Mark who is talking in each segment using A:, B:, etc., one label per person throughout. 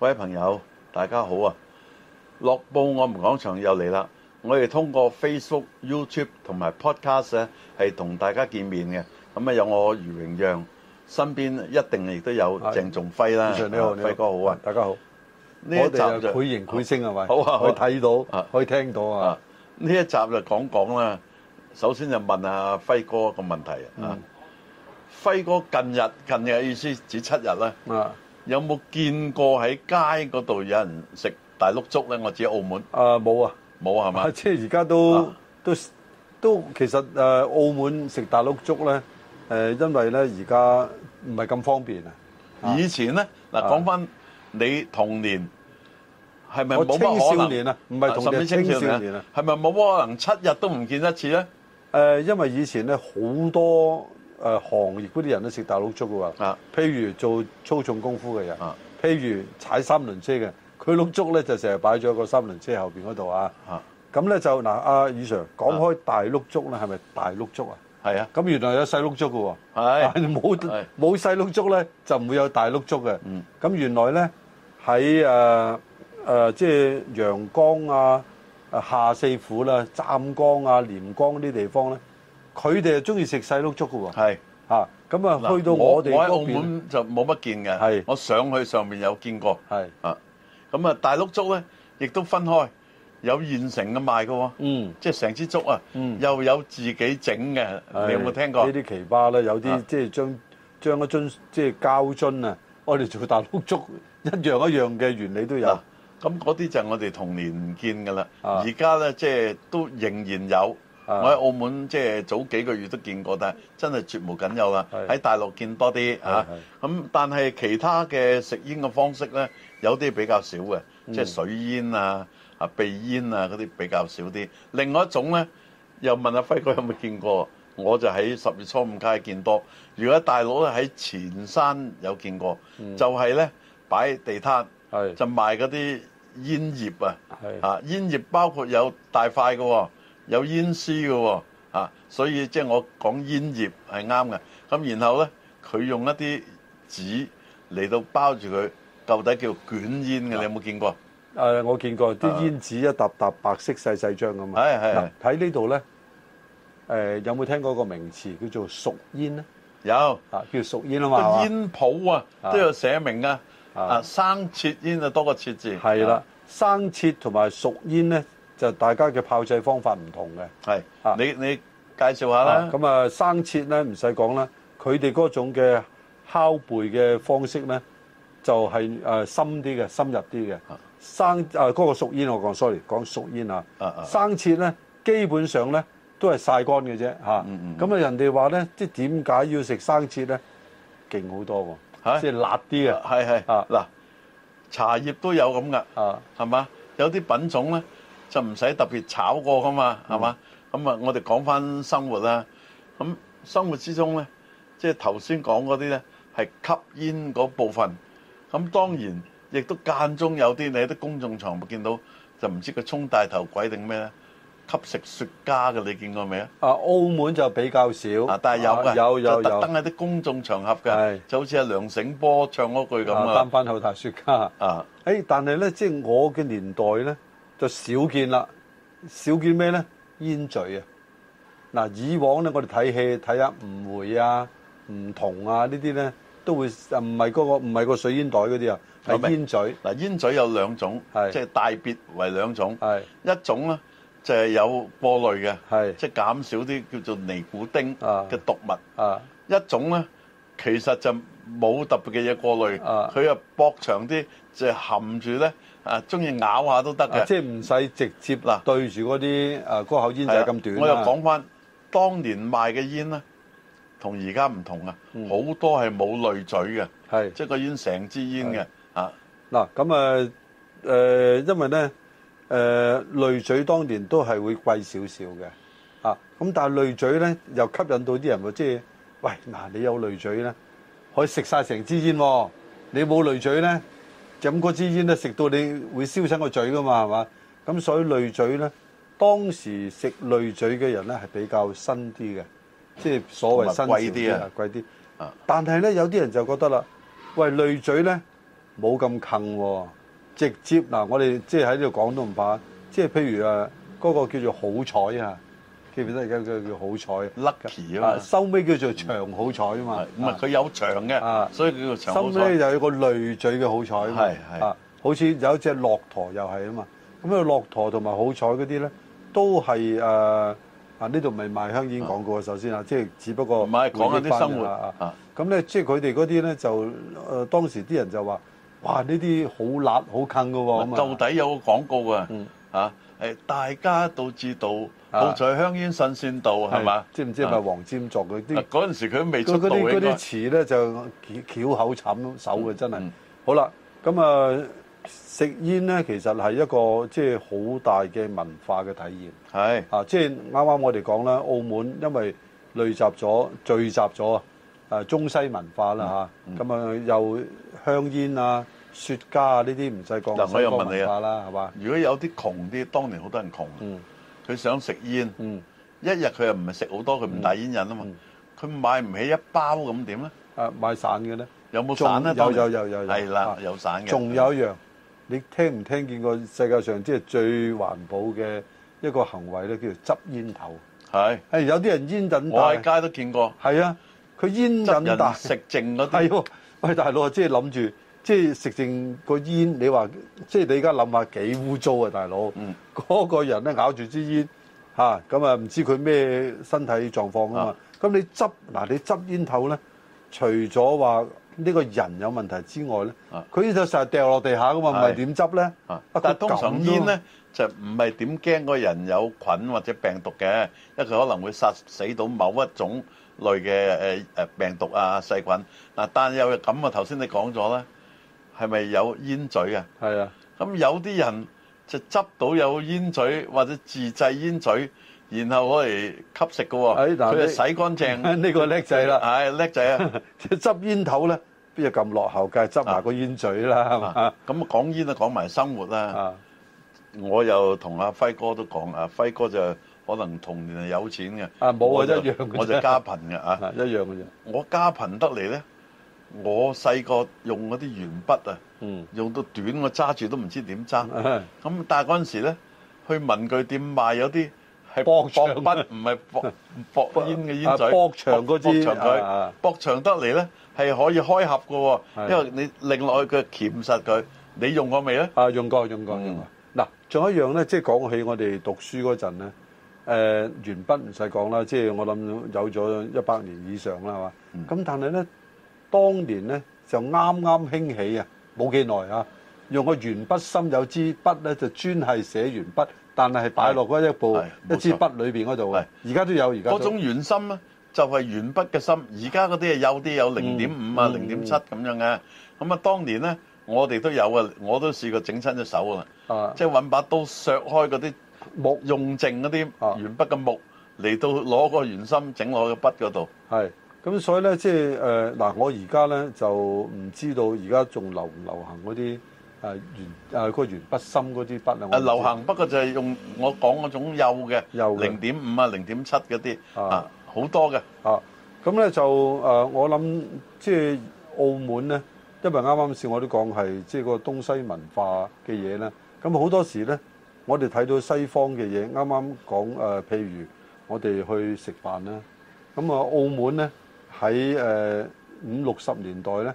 A: 位朋友，大家好啊！樂報我們講場又嚟啦，我哋通過 Facebook、YouTube 同埋 Podcast 咧，係同大家見面嘅。咁啊，有我余榮讓，身邊一定亦都有
B: 係
A: 鄭仲輝啦。
B: 主持人你哎好，你好
A: 輝哥啊好啊！
B: 大家好。
A: 呢一
B: 我
A: 集
B: 哋啊
A: 就
B: 倍形倍聲係咪？
A: 好啊好啊
B: 可以睇
A: 啊
B: 到，可以聽到
A: 啊
B: 啊。，
A: 呢一集就講講啦。首先就問下輝哥個問題
B: 嗯
A: 啊。輝哥近日近日嘅意思指七日啦。
B: 啊，
A: 有冇見過喺街嗰度有人食大碌粥咧？我指澳門
B: 啊冇啊，
A: 冇係嘛
B: 啊？ 即係而家都
A: 啊
B: 都都其實誒，澳門食大陸粥咧，誒，因為咧而家唔係咁方便啊。啊
A: 以前咧嗱，
B: 啊
A: 講翻你童年係咪
B: 我
A: 冇乜可能？
B: 青少年啊唔係童年
A: 甚至青
B: 青
A: 少
B: 少
A: 年
B: 年
A: 啊
B: 啊，
A: 係咪冇可能七日都唔見一次咧？
B: 誒，呃因為以前咧好多誒行業嗰啲人都食大陸粥嘅喎
A: 啊，
B: 譬如做粗重功夫嘅人
A: 啊，
B: 譬如踩三輪車嘅，佢碌粥咧就成日擺咗喺個三輪車後邊嗰度啊。
A: 嚇，
B: 咁咧就嗱，阿宇 Sir 講開大碌粥咧，係咪大碌粥啊？
A: 係啊，
B: 咁原來有細碌粥嘅喎，啊
A: 係
B: 冇
A: 係
B: 冇細碌粥咧就唔會有大碌粥嘅
A: 嗯。
B: 咁原來咧喺誒誒即係陽江啊、啊下四府啦、湛江啊、廉江呢啲地方咧，佢哋係中意食細碌粥嘅喎。
A: 係。
B: 嚇咁啊，
A: 嗱
B: 去到我哋
A: 我喺
B: 嗰
A: 澳
B: 邊
A: 門就冇乜見嘅
B: 係，
A: 我上去上面有見過
B: 係
A: 啊。咁啊，大碌粥咧亦都分開，有現成嘅賣嘅喎。
B: 嗯。
A: 即係成支竹啊，
B: 嗯
A: 又有自己整嘅，你有冇聽過
B: 呢？啲奇葩咧？有
A: 啊
B: 啲即係將將一樽即係膠樽啊，我哋做大碌粥 一樣一樣嘅原理都有。
A: 嗱，咁嗰啲就係我哋童年唔見㗎啦。
B: 啊
A: 而家咧即係都仍然有，
B: 啊
A: 我喺澳門即係早幾個月都見過，但係真係絕無僅有啦。
B: 係
A: 喺大陸見多啲啊，咁但係其他嘅食煙嘅方式咧，有啲比較少嘅，
B: 嗯
A: 即係水煙啊、啊鼻煙啊嗰啲比較少啲。另外一種咧，又問阿輝哥有冇見過？我就喺十月初五街見多。如果喺大陸咧喺前山有見過，
B: 嗯
A: 就係咧擺地攤。
B: 係
A: 就賣嗰啲煙葉啊，
B: 係
A: 啊煙葉包括有大塊嘅、喎，有煙絲嘅、喎，啊，所以即係我講煙葉係啱嘅。咁然後咧，佢用一啲紙嚟到包住佢，到底叫捲煙
B: 啊
A: 嘅，你有冇見過？
B: 誒，我見過
A: 啊
B: 啲煙紙一沓沓白色細細張咁啊。
A: 係係
B: 嗱喺呢度咧，誒有冇聽過個名詞叫做熟煙咧？
A: 有
B: 啊，叫熟煙啊
A: 個
B: 嘛。係嘛
A: 煙譜啊，
B: 啊
A: 都有寫明啊，
B: 啊
A: 啊生切煙啊多過切字，
B: 係啦，生切同埋熟煙咧，就大家嘅炮製方法唔同嘅。
A: 啊，係
B: 啊
A: 你你介紹下啦
B: 啊，咁啊生切咧唔使講啦，佢哋嗰種嘅烤焙嘅方式咧，就係、誒深啲嘅、深入啲嘅。生啊誒嗰、個熟煙我講，sorry，講熟煙啊
A: 啊啊。
B: 生切咧基本上咧都係曬乾嘅啫嚇。咁
A: 嗯
B: 啊、人哋話咧，即係點解要食生切咧？勁好多喎、
A: 嚇
B: 即係辣啲嘅
A: 係係
B: 啊
A: 嗱，茶葉都有咁噶。
B: 啊
A: 係嘛？有啲品種咧就唔使特別炒過噶嘛，係
B: 嗯
A: 嘛？咁啊，我哋講翻生活啦。咁生活之中咧，即係頭先講嗰啲咧係吸煙嗰部分。咁當然亦都間中有啲你喺啲公眾場見到，就唔知佢衝大頭鬼定咩咧？吸食雪茄嘅你見過未啊？
B: 啊！澳門就比較少
A: 啊，但係有嘅，
B: 啊有
A: 就
B: 有
A: 特
B: 有
A: 登喺啲公眾場合嘅
B: 係，
A: 就好似阿梁醒波唱嗰句咁
B: 啊，擔
A: 啊，
B: 翻後大雪茄。
A: 啊
B: 誒，但係咧，即係我嘅年代咧，就少見啦。少見咩咧？煙嘴啊！嗱，以往咧，我哋睇戲睇下誤會啊、唔同啊呢啲咧，都會啊唔係嗰個唔係個水煙袋嗰啲啊，
A: 我明
B: 係煙嘴。
A: 嗱煙嘴有兩種，
B: 係
A: 即係大別為兩種。
B: 係
A: 一種咧就係有過濾嘅，
B: 係
A: 即係減少啲叫做尼古丁
B: 啊
A: 嘅毒物；
B: 啊
A: 一種咧其實就冇特別嘅嘢過濾，
B: 啊
A: 佢又駁長啲，就係含住咧啊，中意咬下都得
B: 啊
A: 嘅。
B: 即係唔使直接
A: 嗱
B: 嗱對住嗰啲誒嗰口煙
A: 係啦
B: 仔咁短啊
A: 我又講翻當年賣嘅煙咧，同而家唔同啊，
B: 嗯
A: 好多係冇濾嘴嘅，
B: 係
A: 即係個煙成支煙嘅啊，
B: 嗱咁啊誒，因為咧誒濾嘴當年都係會貴少少嘅啊，咁但係濾嘴咧又吸引到啲人喎，即係喂嗱，你有濾嘴咧可以食晒成支煙喎，你冇濾嘴咧咁嗰支煙咧食到你會燒親個嘴噶嘛，係嘛？咁所以濾嘴咧，當時食濾嘴嘅人咧係比較新啲嘅，即係所謂新
A: 同埋貴啲啊
B: 潮貴啲
A: 啊。
B: 但係咧有啲人就覺得啦，喂濾嘴咧。冇咁近喎，直接嗱，我哋即係喺呢度講都唔怕，即係譬如誒嗰、個叫做好彩啊，記唔記得而家叫叫好彩
A: lucky 啊
B: 啊，
A: 嘛
B: 收尾叫做長好彩啊嘛
A: 係，，唔係佢有長
B: 啊
A: 嘅，所以叫做長
B: 收
A: 好
B: 尾
A: 彩。
B: 就有個累贅嘅好彩啊嘛
A: 係係
B: 啊，好似有一隻駱駝又係啊嘛，咁啊駱駝同埋好彩嗰啲咧都係誒啊呢度咪賣香煙廣告啊，首先啊，即係只不過
A: 唔係講緊啲生
B: 回憶
A: 活
B: 返啊啊
A: 啊，
B: 咁咧，即係佢哋嗰啲咧就誒、呃、當時啲人就話：哇！呢啲好辣好近嘅喎，咁啊
A: 到底有個廣告啊
B: 嗯，
A: 嚇誒大家都知道，
B: 啊
A: 好在香煙新鮮到係嘛？
B: 知唔知係咪黃沾作嗰啲
A: 啊嗰陣時佢未出
B: 嗰嗰
A: À, 道
B: 啲嗰
A: 應
B: 啲
A: 該
B: 詞咧就翹翹口慘手嘅真係。
A: 嗯
B: 好啦，咁啊食煙咧其實係一個即係好大嘅文化嘅體驗
A: 係
B: 啊！即係啱啱我哋講啦，澳門因為累集咗聚集咗啊誒中西文化啦
A: 嗯
B: 嚇，咁啊又香煙啊、雪茄啊呢啲唔使講，
A: 嗱我又
B: 西方
A: 問你啊
B: 文化啦係嘛？
A: 如果有啲窮啲，當年好多人窮，
B: 嗯
A: 佢想食煙，
B: 嗯。
A: 一日佢又唔係食
B: Ừ.
A: 好多，佢唔帶煙癮啊嘛
B: 嗯，
A: 佢買唔起一包咁點咧？
B: 啊買散嘅咧，
A: 有冇
B: 仲
A: 散咧？
B: 有
A: 當年
B: 有有有有
A: 係啦
B: 啊，
A: 有散嘅。
B: 仲有一樣，你聽唔聽見過世界上即係最環保嘅一個行為咧，叫做執煙頭。
A: 係，
B: 係有啲人煙癮
A: 我喺
B: 大，
A: 街都見過，
B: 係啊，佢煙
A: 執
B: 癮
A: 人
B: 大，
A: 食剩 嗰啲
B: 係喎。喂，大佬，即係諗住，即係食剩個煙，你話即係你而家諗下幾污糟啊，大佬
A: 嗯！
B: 嗰個人咧咬住支煙嚇，咁啊唔知佢咩身體狀況啊嘛
A: 啊。
B: 咁你執嗱，你執煙頭咧，除咗話呢個人有問題之外咧
A: 啊，
B: 佢煙頭成日掉落地下噶嘛，唔係
A: 係
B: 點執咧？
A: 啊，
B: 啊
A: 但係
B: 佢
A: 通常
B: 咁
A: 煙
B: 啫
A: 咧就唔係點驚個人有菌或者病毒嘅，因為佢可能會殺死到某一種類嘅誒誒病毒啊細菌。嗱，但係有咁啊，頭先你講咗啦，係咪有煙嘴啊？
B: 嘛，係啊，
A: 咁有啲人就執到有煙嘴或者自製煙嘴，然後攞嚟吸食嘅
B: 哎
A: 喎，
B: 嗱
A: 佢就
B: 你
A: 洗乾淨。
B: 呢個叻仔啦。
A: 係叻仔 啊！
B: 即係執煙頭咧，邊有咁落後嘅？執埋個煙嘴啦，係嘛
A: 啊？咁講煙啊，講埋生活啦。
B: 啊，
A: 我又同阿輝哥都講啊，輝哥就可能童年係有錢嘅，
B: 啊冇啊
A: 我就
B: 一樣嘅啫
A: 我就家貧嘅 啊。
B: 啊一樣嘅啫。
A: 我家貧得嚟咧，我細個用嗰啲鉛筆啊，
B: 嗯，
A: 用到短，我揸住都唔知點 揸。
B: 啊
A: 咁但係嗰陣時咧，去文具店賣有啲係
B: 薄
A: 薄
B: 長
A: 筆，唔係 薄薄煙嘅煙
B: 啊
A: 嘴，
B: 薄長嗰支
A: 薄長
B: 啊
A: 佢
B: 啊，
A: 薄長得嚟咧係可以開合
B: 係
A: 嘅喎，因為你擰落去佢鉗實佢。你用過未咧？
B: 啊，用過用過用
A: 嗯
B: 過。嗱，仲有一樣咧，即係講起我哋讀書嗰陣咧，誒鉛筆唔使講啦，即係我諗有咗一百年以上啦，係嘛？
A: 嗯
B: 咁但係咧，當年咧就啱啱興起啊，冇幾耐啊，用個鉛筆芯有支筆咧就專係寫鉛筆，但係係擺落嗰一部
A: 係
B: 一
A: 冇
B: 支
A: 錯
B: 筆裏邊嗰度嘅
A: 係。
B: 而家都有，而家
A: 嗰
B: 都
A: 種圓心咧就係鉛筆嘅心，而家嗰啲係有啲有零點五啊、
B: 嗯
A: 零點七咁樣嘅。咁啊，當年咧我哋都有啊，我都試過整親隻手㗎啦，
B: 啊
A: 即係揾把刀削開嗰啲
B: 木
A: 用剩嗰啲
B: 啊
A: 鉛筆嘅木嚟到攞個圓心整落去個筆嗰度。
B: 係，咁所以咧，即係誒嗱，我而家咧就唔知道而家仲流唔流行嗰啲呃誒鉛誒個鉛筆芯嗰啲筆啊？我唔
A: 啊，
B: 知
A: 流行不過就係用我講嗰種幼嘅，
B: 幼嘅
A: 零點五啊、零點七嗰啲
B: 啊
A: 啊，好多嘅。
B: 啊！咁咧就誒、呃我諗即係澳門咧，因為啱啱先我都講係即係個東西文化嘅嘢咧，咁好多時咧，我哋睇到西方嘅嘢，啱啱講誒，譬如我哋去食飯啦，咁啊澳門咧喺誒五六十年代咧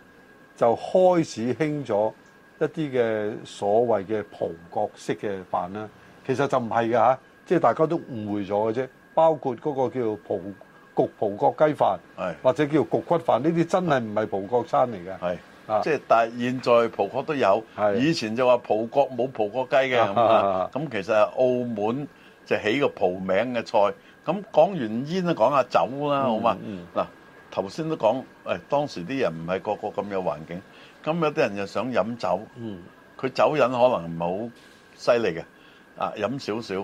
B: 就開始興咗一啲嘅所謂嘅葡國式嘅飯啦，其實就唔係㗎嚇，即係大家都誤會咗嘅啫，包括嗰個叫葡焗葡國雞飯
A: 係，
B: 或者叫焗骨飯，呢啲真係唔係葡國餐嚟嘅。
A: 係
B: 啊，
A: 即係但係現在葡國都有
B: 係，
A: 以前就話葡國冇葡國雞 嘅咁
B: 啊
A: 啊。咁其實澳門就起個葡名嘅菜。咁講完煙啊，講下酒啦，好嘛
B: 嗯？
A: 嗱，頭先都講誒，當時啲人唔係個個咁有環境，咁有啲人又想飲酒，
B: 嗯
A: 佢酒癮可能唔係好犀利嘅，啊飲少少，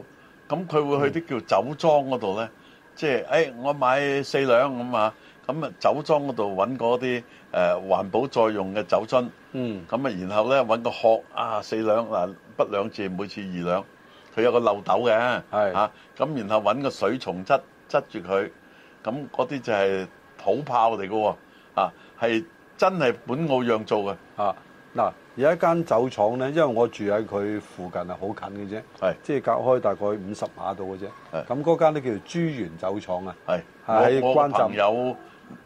A: 咁佢會去啲叫酒莊嗰度咧，即係誒、哎我買四兩咁啊，咁啊酒莊嗰度揾嗰啲誒環保再用嘅酒樽，
B: 嗯
A: 咁啊然後咧揾個殼啊四兩嗱不兩字，每次二兩，佢有個漏斗嘅，
B: 係
A: 啊咁然後揾個水松質質住佢，咁嗰啲就係土炮嚟嘅喎，啊係真係本澳釀造嘅，
B: 啊嗱，而有一間酒廠咧，因為我住喺佢附近啊，好近嘅啫，
A: 係
B: 即係隔開大概五十碼度嘅啫。
A: 係
B: 咁嗰間咧叫做珠園酒廠啊，
A: 係
B: 喺
A: 我我
B: 關
A: 個
B: 閘
A: 朋友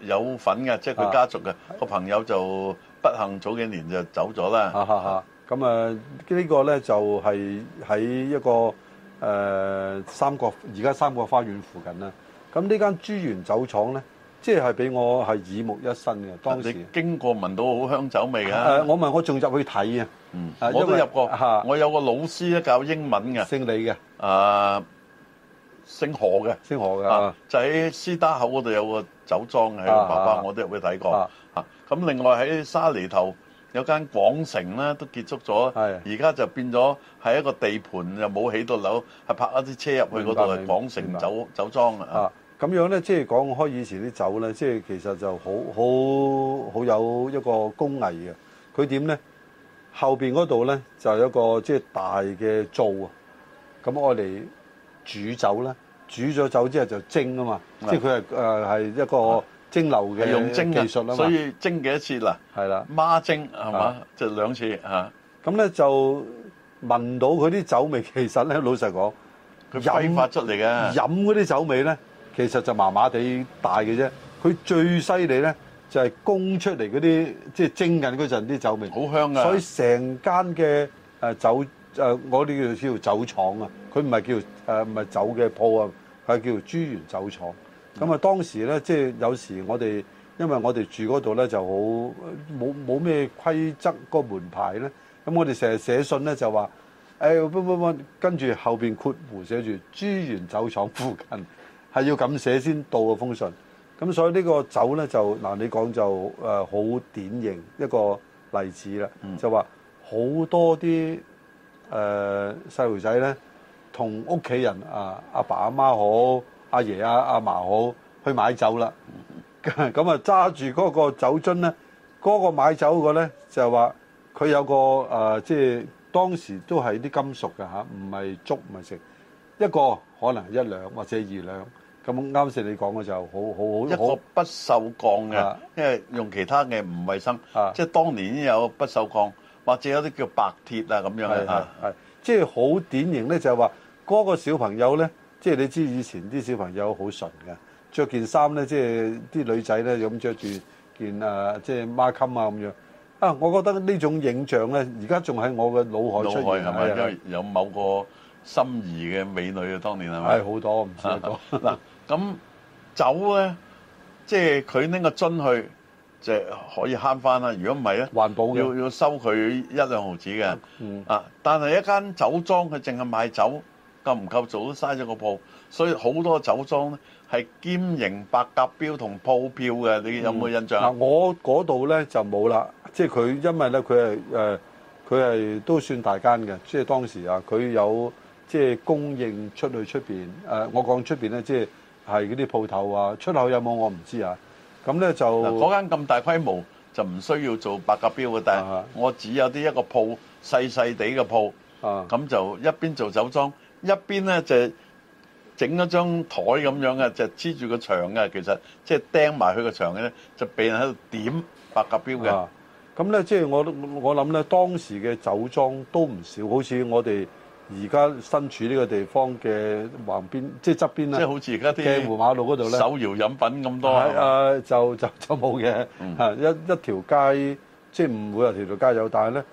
A: 有份嘅，即係
B: 啊
A: 佢家族嘅個朋友就不幸早幾年就走咗啦。
B: 哈哈哈！咁啊，呢個咧就係喺一個誒、呃三角而家三角花園附近啦。咁呢間珠園酒廠咧，即係俾我係耳目一新嘅。當時
A: 你經過聞到好香酒味
B: 誒、
A: 㗎。
B: 我問我仲入去睇啊，
A: 嗯
B: 啊
A: 我
B: 因
A: 都
B: 為
A: 入過
B: 啊，
A: 我有個老師咧教英文嘅，
B: 姓李嘅，
A: 啊姓何嘅。
B: 姓何嘅。
A: 啊，就喺斯打口嗰度有個酒莊喺
B: 啊
A: 爸爸，
B: 啊
A: 我都入去睇過。
B: 啊
A: 啊，咁另外喺沙梨頭有間廣城咧，都結束咗。
B: 係
A: 而家就變咗係一個地盤，又冇起到樓，係泊一啲車入去嗰度，係
B: 明白
A: 廣
B: 明
A: 城
B: 白
A: 酒酒莊啊。
B: 啊，咁樣咧，即係講開以前啲酒咧，即係其實就好好好有一個工藝嘅。佢點咧？後邊嗰度咧就有一個即係大嘅灶啊，咁我嚟煮酒啦，煮咗酒之後就蒸啊嘛，
A: 啊
B: 即係佢係誒係一個蒸馏嘅
A: 係用蒸
B: 技
A: 嘅，
B: 術啊嘛，
A: 所以蒸幾多次嗱？
B: 係啦。
A: 孖蒸係嘛
B: 啊？
A: 就兩次啊。
B: 咁咧就聞到佢啲酒味，其實咧老實講，
A: 佢
B: 飲
A: 揮發出嚟嘅。
B: 飲嗰啲酒味咧，其實就麻麻地大嘅啫。佢最犀利咧就係供出嚟嗰啲，即係蒸緊嗰陣啲酒味，
A: 好香啊㗎
B: 所以成間嘅誒酒誒，我哋叫做酒廠啊，佢唔係叫呃誒唔係酒嘅鋪啊，係叫做珠園酒廠。咁啊，當時咧即係有時我哋因為我哋住嗰度咧就好冇冇咩規則個門牌咧，咁我哋成日寫信咧就話。誒哎不不不，跟住後邊括弧寫住珠園酒廠附近，係要咁寫先到嘅封信。咁所以呢個酒呢，就嗱，你講就誒好典型一個例子啦，就話好多啲誒細路仔呢，同屋企人啊阿爸阿媽好，阿爺阿阿嫲好去買酒啦。 咁啊揸住嗰個酒樽咧，嗰、個買酒個咧就係話佢有個誒、呃即係當時都係啲金屬嘅嚇，唔係竹唔係食一個可能一兩或者二兩。咁啱先你講嘅就
A: 一
B: 好好好
A: 個不鏽鋼嘅
B: 啊，
A: 因為用其他嘅唔衞生
B: 啊，
A: 即係當年已經有不鏽鋼，或者有啲叫白鐵啊咁樣
B: 係
A: 嘅
B: 係
A: 啊
B: 係，即係好典型咧，就係話嗰個小朋友咧，即係你知以前啲小朋友好純嘅，着件衫咧，即係啲女仔咧咁着住件啊，即係孖襟啊咁樣。啊，我覺得呢種影像咧，而家仲喺我嘅腦海出
A: 腦海
B: 現
A: 係咪？因
B: 係
A: 為有某個心儀嘅美女啊，當年係咪？
B: 係好多唔止一 個。
A: 嗱，咁酒咧，即係佢拎個樽去，就可以慳翻啦。如果唔係咧，
B: 環保嘅
A: 要要收佢一兩毫子嘅。
B: 嗯
A: 啊，但係一間酒莊佢淨係賣酒，夠唔夠做都嘥咗個鋪，所以好多酒莊咧係兼營白鴿標同鋪票嘅。你
B: 嗯
A: 有冇印象
B: 嗱，
A: 啊？
B: 我嗰度咧就冇啦，即係佢因為咧佢係誒佢係都算大間嘅，即係當時啊，佢有即係供應出去出邊誒，我講出邊咧，即係係嗰啲鋪頭啊，出口有冇我唔知啊。咁咧
A: 嗱
B: 就
A: 嗰間咁大規模就唔需要做白鴿標嘅，但係
B: 啊
A: 我只有啲一個鋪細細地嘅鋪。
B: 啊
A: 咁就一邊做酒莊，一邊咧就整咗張台咁樣嘅，就黐住個牆嘅，其實即係釘埋佢個牆嘅咧，就俾人喺度點白鴿標嘅。
B: 啊，咁咧即係我我諗咧，當時嘅酒莊都唔少，好似我哋而家身處呢個地方嘅橫邊，即係側邊
A: 即係
B: 啦
A: 好似而家
B: 嘅湖
A: 啲
B: 馬路嗰度咧。
A: 手搖飲品咁多
B: 係
A: 啊，
B: 啊，就 就就冇嘅嚇，一一條街即係唔會話條條街有，但係咧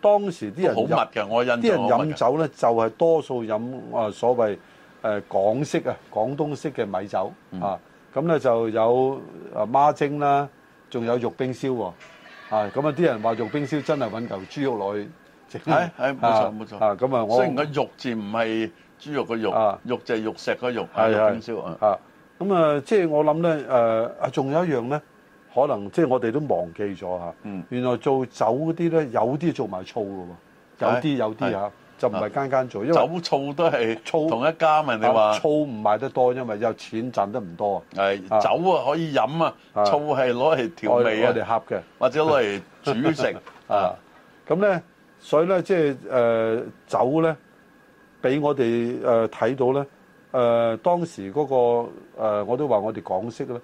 B: 當時啲人
A: 好密
B: 飲
A: 嘅，我印
B: 啲
A: 象
B: 人
A: 好密嘅。
B: 飲酒咧，就係多數飲啊所謂誒港式啊廣東式嘅米酒啊，咁咧就有啊孖蒸啦，仲有肉冰燒喎啊，咁啊啲人話肉冰燒真係揾嚿豬肉落去整，
A: 係係冇
B: 啊
A: 錯冇錯
B: 啊咁啊我
A: 雖然個肉字唔係豬肉個肉
B: 啊，
A: 肉就係玉石個肉，係
B: 係係
A: 冰燒啊。
B: 啊，咁啊，即係我諗咧，誒、啊，仲有一樣咧，可能即係我哋都忘記咗嚇。
A: 嗯
B: 原來做酒嗰啲咧，有啲做埋醋嘅喎，有啲
A: 係
B: 有啲
A: 係啊
B: 嚇，就唔係間間做，因為
A: 酒醋都係
B: 醋
A: 同一家嘛，你
B: 啊
A: 話
B: 醋唔賣得多，因為有錢賺得唔多啊，
A: 誒
B: 啊
A: 酒啊可以飲啊
B: 啊，
A: 醋係攞嚟調
B: 我
A: 味
B: 我哋
A: 啊，
B: 恰嘅
A: 或者攞嚟煮 食啊
B: 啊。。咁咧，所以咧，即係誒酒咧，俾我哋誒睇到咧，誒、當時嗰、個、呃、我都話我哋港式咧，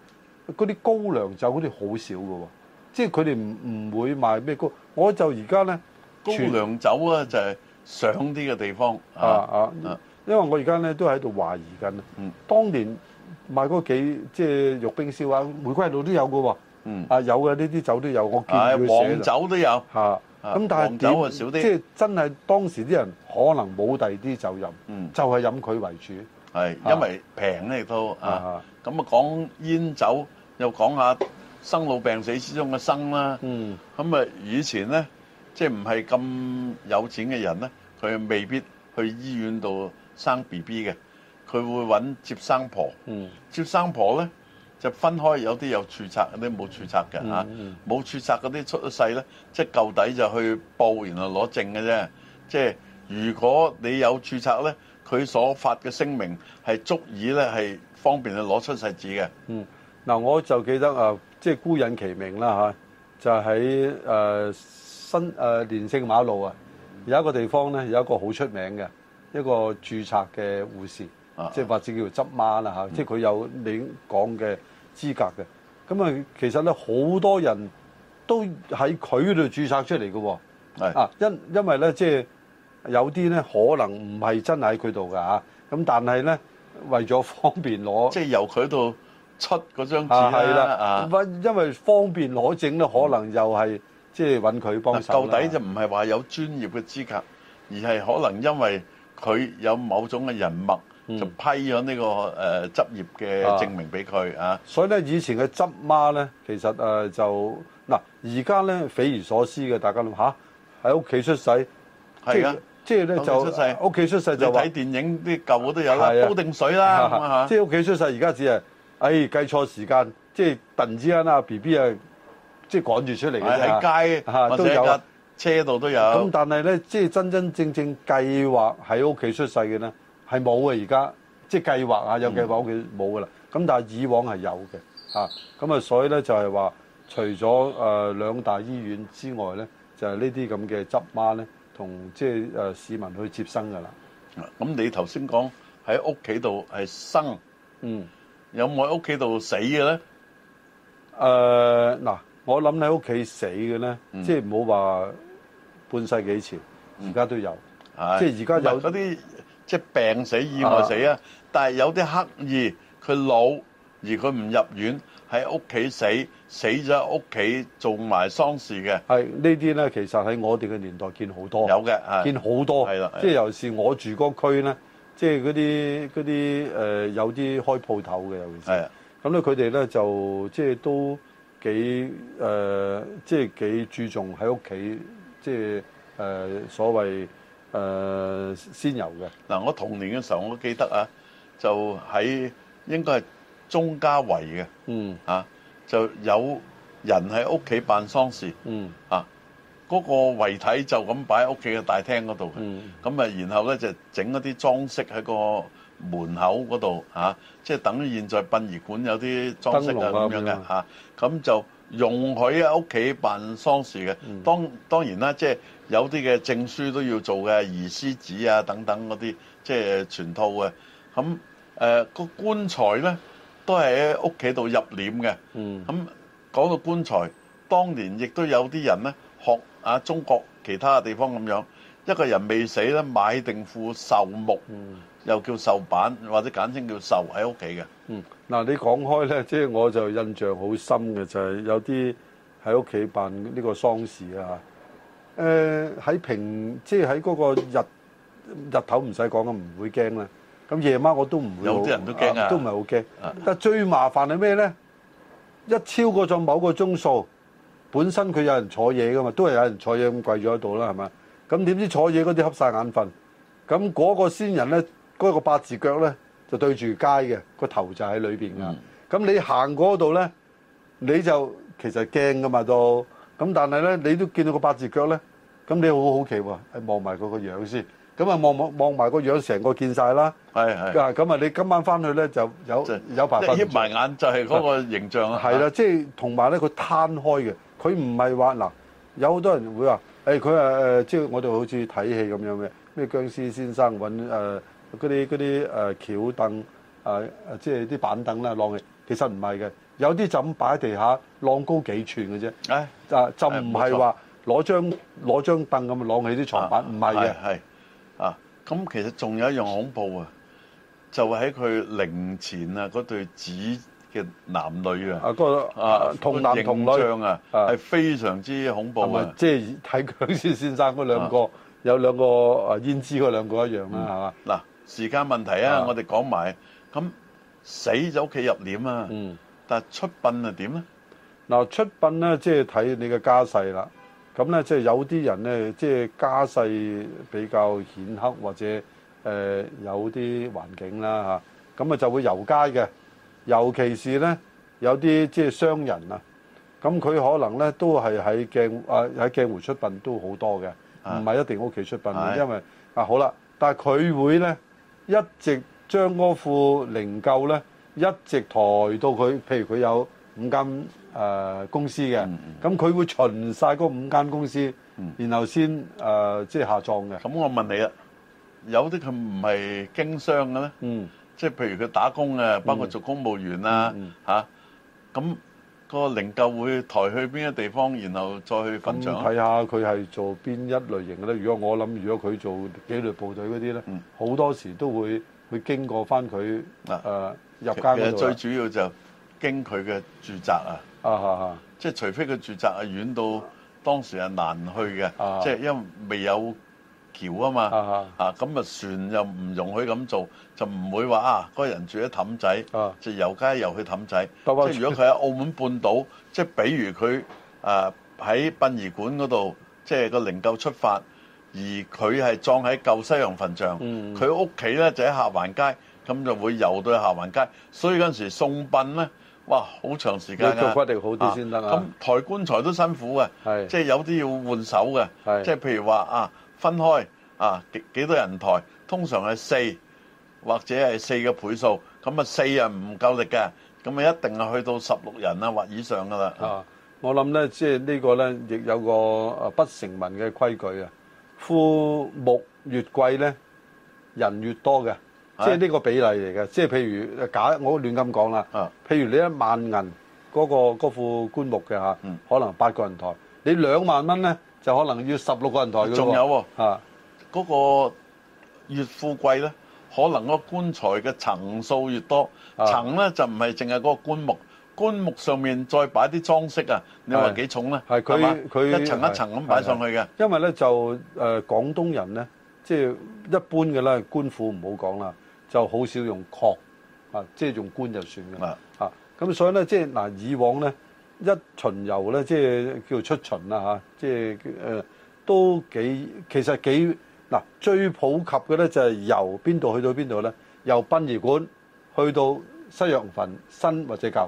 B: 嗰啲高粱酒嗰啲好少嘅喎，即係佢哋唔唔會賣咩高。我就而家咧
A: 高
B: 全
A: 粱酒啊就係上啲嘅地方
B: 啊啊
A: 啊！
B: 因為我而家咧都喺度懷疑緊啊
A: 嗯。
B: 當年賣嗰幾即係肉冰燒啊、玫瑰露都有嘅喎。
A: 嗯
B: 啊有嘅呢啲酒都有，我見
A: 唉
B: 佢寫
A: 啊黃
B: 啦。
A: 酒都有，
B: 嚇咁但係
A: 黃酒啊少啲
B: 點即係真係當時啲人可能冇第二啲酒飲，
A: 嗯
B: 就係飲佢為主。
A: 係
B: 啊
A: 因為平咧亦都啊
B: 啊。
A: 咁啊講煙酒又講下生老病死之中嘅生啦。
B: 嗯
A: 咁啊，以前咧，即係唔係咁有錢嘅人咧，佢未必去醫院度生 B B 嘅，佢會揾接生婆。
B: 嗯
A: 接生婆咧就分開，有啲有註冊，有啲冇註冊嘅
B: 嗯
A: 嚇。啊
B: 嗯
A: 冇註冊嗰啲出咗世咧，即係舊底就去報，然後攞證嘅啫。即係如果你有註冊咧，佢所發嘅聲明係足以咧係方便你攞出世紙嘅。
B: 嗯。嗱，我就記得啊，即係孤隱其名啦嚇，就喺誒新誒連勝馬路啊，有一個地方咧，有一個好出名嘅一個註冊嘅護士。
A: 啊嗯
B: 即係或者叫做執媽啦嚇，即係佢有你講嘅資格嘅。咁啊，其實咧好多人都喺佢嗰度註冊出嚟嘅喎。
A: 係
B: 啊，因因為咧即係有啲咧可能唔係真係喺佢度㗎嚇，咁但係咧為咗方便攞
A: 即係由佢度出嗰張
B: 啊
A: 紙
B: 係
A: 啦。
B: 啦
A: 啊，
B: 因因為方便攞證咧，可能又係即係揾佢幫
A: 嗱，
B: 手
A: 到
B: 啦
A: 底就唔係話有專業嘅資格，而係可能因為佢有某種嘅人脈，就批咗呢、個誒、呃、執業嘅
B: 啊
A: 證明俾佢啊。
B: 所以咧，以前嘅執媽咧，其實誒就嗱，而家咧匪夷所思嘅，大家諗下喺屋企出世，即
A: 係啊
B: 係即係咧
A: 屋企
B: 就呃
A: 出世
B: 屋企出世
A: 你
B: 就話
A: 睇電影啲舊嗰都有
B: 係
A: 啦，
B: 啊
A: 煲定水啦咁啊
B: 即係屋企出世，而家只係誒計錯時間，即係突然之間啊 B B 啊，即係趕住出嚟嘅啫嚇
A: 喺街
B: 啊
A: 或者
B: 都有
A: 架
B: 啊
A: 車度都
B: 咁
A: 有。
B: 但係咧，即係真真正正計劃喺屋企出世嘅咧，係冇嘅而家，即係計劃啊，有計劃屋企冇噶啦。咁但係以往係有嘅嚇，咁啊所以咧就係話，除咗誒、呃、兩大醫院之外咧，就係呢啲咁嘅執媽咧，同即係誒、呃市民去接生噶啦。
A: 咁你頭先講喺屋企度係生，
B: 嗯，
A: 有冇喺屋企度死嘅咧？
B: 誒、呃嗱，我諗喺屋企死嘅咧，
A: 嗯
B: 即係唔好話半世紀前，而家都有。
A: 係
B: 即係而家有
A: 唔係嗰啲即係病死、意外死啊，但係有啲刻意佢老而佢唔入院喺屋企死，死咗喺屋企做埋喪事嘅
B: 係呢啲咧，其實喺我哋嘅年代見好多。
A: 有嘅啊。
B: 見好多，
A: 係啦係啦
B: 即係尤其是我住嗰區咧，即係嗰啲嗰啲誒有啲開鋪頭嘅，尤其是
A: 係啊
B: 咁咧，佢哋咧就即係都幾誒、呃即係幾注重喺屋企，即係誒、呃所謂誒、呃先遊嘅，
A: 嗱，我童年嘅時候我記得啊，就喺應該係中家圍嘅
B: 嗯
A: 啊，就有人喺屋企辦喪事
B: 嗯
A: 啊，嗰、個遺體就咁擺喺屋企嘅大廳嗰度嘅。
B: 嗯
A: 咁啊，然後咧就整一啲裝飾喺個門口嗰度嚇，即係等於現在殯儀館有啲裝飾
B: 燈
A: 啊
B: 籠啊
A: 咁樣
B: 咁
A: 嘅
B: 樣
A: 嚇，咁就容許喺屋企辦喪事嘅。
B: 嗯
A: 當當然啦，即係有啲嘅證書都要做嘅，移屍紙啊等等嗰啲，即係全套嘅。咁誒個棺材咧都係喺屋企度入殮嘅。
B: 嗯
A: 咁講到棺材，當年亦都有啲人咧學啊中國其他地方咁樣，一個人未死咧買定副壽木，
B: 嗯
A: 又叫壽板或者簡稱叫壽喺屋企嘅。
B: 嗯，嗱你講開咧，即係我就印象好深嘅就係、有啲喺屋企辦呢個喪事啊。誒、喺平即係喺嗰個日日頭唔使講啊，唔會驚啦。咁夜晚我都唔會好，
A: 有啲人都驚啊
B: 都唔係好驚
A: 啊。
B: 但最麻煩係咩咧？一超過咗某個鐘數，本身佢有人坐嘢噶嘛，都係有人坐嘢咁跪咗喺度啦，係咪？咁點知坐嘢嗰啲瞌晒眼瞓，咁嗰個先人咧，嗰、個八字腳咧就對住街嘅，個頭就喺裏邊㗎。咁、你行嗰度咧？你就其實驚噶嘛都，咁但係咧你都見到個八字腳咧，咁你好好奇喎，係望埋佢個樣先，咁啊望望望埋個樣成個見晒啦，
A: 係
B: 啊
A: 係，
B: 咁啊你今晚翻去咧就有有辦法
A: 一，埋眼就係嗰個形象啊。
B: 係啦，即係同埋咧佢攤開嘅，佢唔係話嗱，有好多人會話，誒佢啊誒，即係我哋好似睇戲咁樣嘅，咩僵屍先生揾誒嗰啲嗰啲誒橋凳誒誒，即係啲板凳啦晾起，其實唔係嘅，有啲就咁擺喺地下晾高幾寸嘅啫。
A: 唉，
B: 啊，就唔係話攞張攞張凳咁攞起啲床板，唔係嘅。
A: 係係啊，咁其實仲有一樣恐怖啊，就喺佢靈前啊嗰對指嘅男女啊，
B: 啊，嗰個啊同男同女
A: 個形象啊，
B: 啊
A: 係非常之恐
B: 係
A: 怖
B: 咪
A: 啊！
B: 即係睇佢先先生嗰兩個有兩個啊胭脂嗰兩個一樣啦，
A: 嗯
B: 係嘛？
A: 嗱，時間問題啊
B: 啊，
A: 我哋講埋咁死就屋企入殮啊，
B: 嗯，
A: 但係出殯啊點咧？
B: 嗱出殯咧，即係睇你嘅家世啦。咁咧，即係有啲人咧，即係家世比較顯赫或者誒、呃有啲環境啦嚇，咁啊就會遊街嘅。尤其是咧，有啲即係商人啊，咁佢可能咧都係喺鏡啊喺鏡湖出殯都好多嘅，
A: 啊
B: 唔係一定屋企出殯嘅，
A: 係
B: 因為啊好啦，但係佢會咧一直將嗰副靈柩咧一直抬到佢，譬如佢有五間誒、呃公司嘅，
A: 嗯
B: 咁佢、會巡晒嗰五間公司，然後先誒、呃即係下葬嘅。
A: 咁我問你啊，有啲佢唔係經商嘅咧，
B: 嗯，
A: 即係譬如佢打工啊，包括做公務員啊
B: 嗯
A: 嚇，咁個靈柩會抬去邊個地方，然後再去
B: 咁
A: 墳場啊
B: 睇下佢係做邊一類型嘅咧。如果我諗，如果佢做紀律部隊嗰啲咧
A: 嗯，
B: 好、多時都會會經過翻佢
A: 啊
B: 誒入
A: 其
B: 間
A: 實
B: 嗰度
A: 最
B: 啦
A: 主要就經佢嘅住宅啊，
B: 啊啊
A: 即係除非佢住宅係遠到當時係難去嘅，
B: 啊
A: 即係因為未有橋啊
B: 啊
A: 嘛，
B: 啊
A: 啊咁啊船又唔容許咁做，就唔會話啊嗰個人住喺氹仔，
B: 啊！
A: 就遊街遊去氹仔。即
B: 兜兜
A: 係如 果佢喺澳門半島，即係比如佢誒喺殯儀館嗰度，即係個靈柩出發，而佢係葬喺舊西洋墳場，
B: 嗯
A: 佢屋企咧就喺下環街，咁就會遊到去下環街。所以嗰陣時送殯咧，哇，好長時間
B: 你做
A: 㗎。
B: 骨力好啲先得
A: 咁
B: 啊！
A: 抬棺材都辛苦啊嘅，
B: 係
A: 即係有啲要換手嘅。
B: 係
A: 即係譬如話啊，分開啊幾幾多人抬，通常係四或者係四嘅倍數，咁啊四啊唔夠力嘅，咁啊一定係去到十六人啊或以上噶啦。
B: 啊！我諗咧，即係呢個咧，亦有個誒不成文嘅規矩啊。枯木越貴咧，人越多嘅，即係呢個比例嚟嘅。即係譬如啊假，我亂咁講啦。
A: 啊，
B: 譬如你一萬銀嗰、個嗰副棺木嘅嚇
A: 嗯，
B: 可能八個人抬；你兩萬蚊咧，就可能要十六個人抬嘅喎
A: 仲有喎
B: 啊
A: 嗰、個越富貴咧，可能個棺材嘅層數越多，
B: 啊
A: 層咧就唔係淨係嗰個棺木。棺木上面再擺啲裝飾啊，你話
B: 係
A: 幾重咧？
B: 係佢
A: 嘛
B: 佢
A: 一層一層咁擺上去嘅。
B: 因為咧就誒、呃、廣東人咧，即係一般嘅咧，官府唔好講啦，就好少用殼啊，即係用官就算嘅
A: 啊
B: 啊。咁所以咧，即係嗱、以往咧一巡遊咧，即係叫出巡啦嚇、啊即係誒、呃都幾其實幾嗱、最普及嘅咧就係、由邊度去到邊度咧？由殯儀館去到西洋墳新或者舊。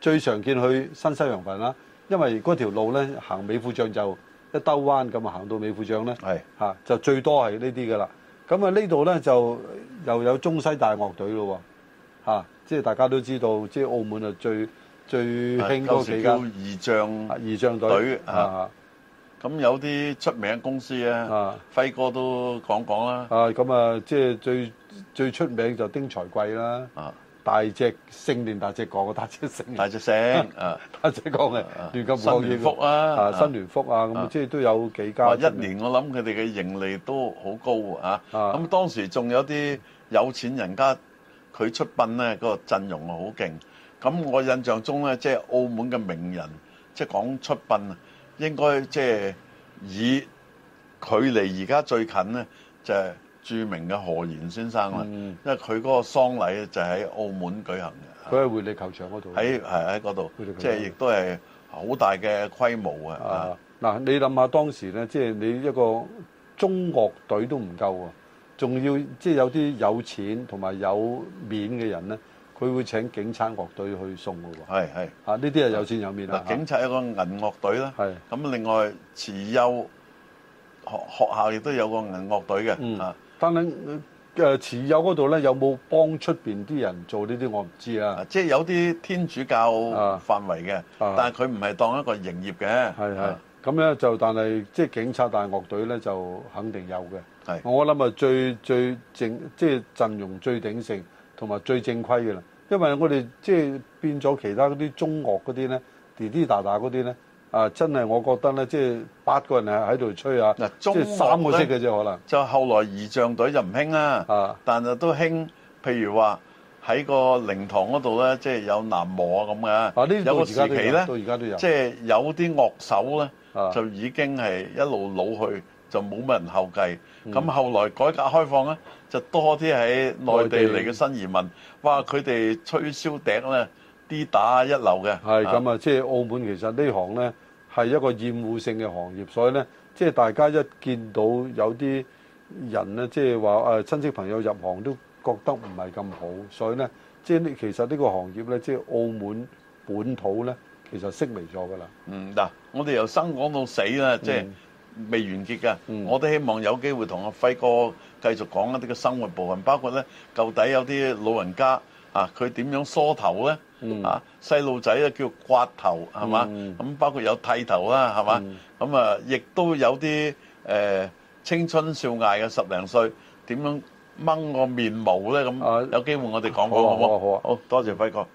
B: 最常見去新西洋墳啦，因為嗰條路咧行美副將就一兜彎咁啊，行到美副將咧
A: 係
B: 嚇啊就最多係呢啲噶啦。咁啊呢度咧就又有中西大樂隊咯喎嚇，即係大家都知道，即係澳門啊最最興
A: 舊
B: 嗰幾
A: 時叫
B: 間
A: 儀仗
B: 啊。儀仗隊
A: 隊
B: 啊
A: 啊咁有啲出名嘅公司
B: 啊
A: 啊，輝哥都講講啦。
B: 啊咁啊，即係最最出名就丁財貴啦，
A: 啊，
B: 大隻聖定大隻講，大隻聖定
A: 大隻聲 啊，
B: 大隻講嘅
A: 啊
B: 亂咁講
A: 新
B: 嘢
A: 聯
B: 㗎
A: 福啊
B: 啊
A: 啊
B: 新聯福啊咁
A: 啊
B: 即係都有幾
A: 話
B: 家
A: 一年我諗佢哋嘅盈利都好高啊。
B: 啊
A: 咁當時仲有啲有錢人家佢出殯咧，嗰個陣容啊好勁。咁我印象中咧，即係澳門嘅名人，即係講出殯啊，應該即係以距離而家最近咧，就係著名嘅何賢先生啦，
B: 嗯
A: 因為佢嗰個喪禮咧就喺澳門舉行嘅。
B: 佢喺回力球場嗰度。
A: 喺係喺嗰度
B: 佢哋，
A: 即係亦都係好大嘅規模啊！
B: 啊，嗱，你諗下當時咧，即係你一個中樂隊都唔夠啊，仲要即係有啲有錢同埋有面嘅人咧，佢會請警察樂隊去送嘅喎。
A: 係係
B: 啊，呢啲係有錢有面啦啊
A: 嗱，。警察有個銀樂隊啦，
B: 係
A: 咁另外慈幼學學校亦都有個銀樂隊
B: 嗯
A: 嘅啊，
B: 但係呃誒持有嗰度咧，有冇幫出邊啲人做呢啲我唔知啊
A: 啊。即係有啲天主教
B: 啊
A: 範圍嘅，
B: 啊
A: 但係佢唔係當一個營業嘅，
B: 係係
A: 啊，
B: 咁咧就但係即係警察大樂隊咧就肯定有嘅。
A: 係
B: 我諗啊，最最正即係陣容最鼎盛，同埋最正規嘅啦。因為我哋即係變咗其他嗰啲中樂嗰啲咧，滴滴答答嗰啲咧，啊，真係我覺得咧，即係八個人係喺度吹啊，
A: 嗱
B: 即
A: 中
B: 係三個
A: 樂
B: 識
A: 呢
B: 嘅啫，可能
A: 就後來儀仗隊就唔興啦，
B: 啊
A: 但係都興，譬如話喺個靈堂嗰度咧，即係有喃嘸咁嘅。
B: 啊呢
A: 有
B: 到
A: 個
B: 而
A: 時
B: 家都
A: 期
B: 有，
A: 咧
B: 到，而家都有
A: 即係有啲樂手咧，
B: 啊
A: 就已經係一路老去，就冇乜人後繼。
B: 嗯
A: 咁後來改革開放咧，就多啲喺內地嚟嘅新移民，哇！佢哋吹簫笛咧，啲打一流嘅。
B: 係咁啊！即係澳門其實呢行呢係一個厭惡性嘅行業，所以呢，即係大家一見到有啲人呢，即係話誒親戚朋友入行都覺得唔係咁好，所以呢，即係呢其實呢個行業呢，即係澳門本土呢，其實式微咗㗎啦。
A: 嗯，嗱，我哋由生講到死啦，即係未完結㗎。
B: 嗯
A: 我都希望有機會同阿輝哥繼續講一啲嘅生活部分，包括咧，究底有啲老人家啊，佢點樣梳頭咧？啊，細路仔咧叫刮頭係嘛？
B: 嗯
A: 咁、包括有剃頭啦係嘛？咁、啊，亦都有啲誒、呃青春少艾嘅十零歲點樣掹個面毛咧咁，
B: 啊
A: 有機會我哋講講
B: 好啊
A: 好唔
B: 好啊好啊
A: 好多謝輝哥。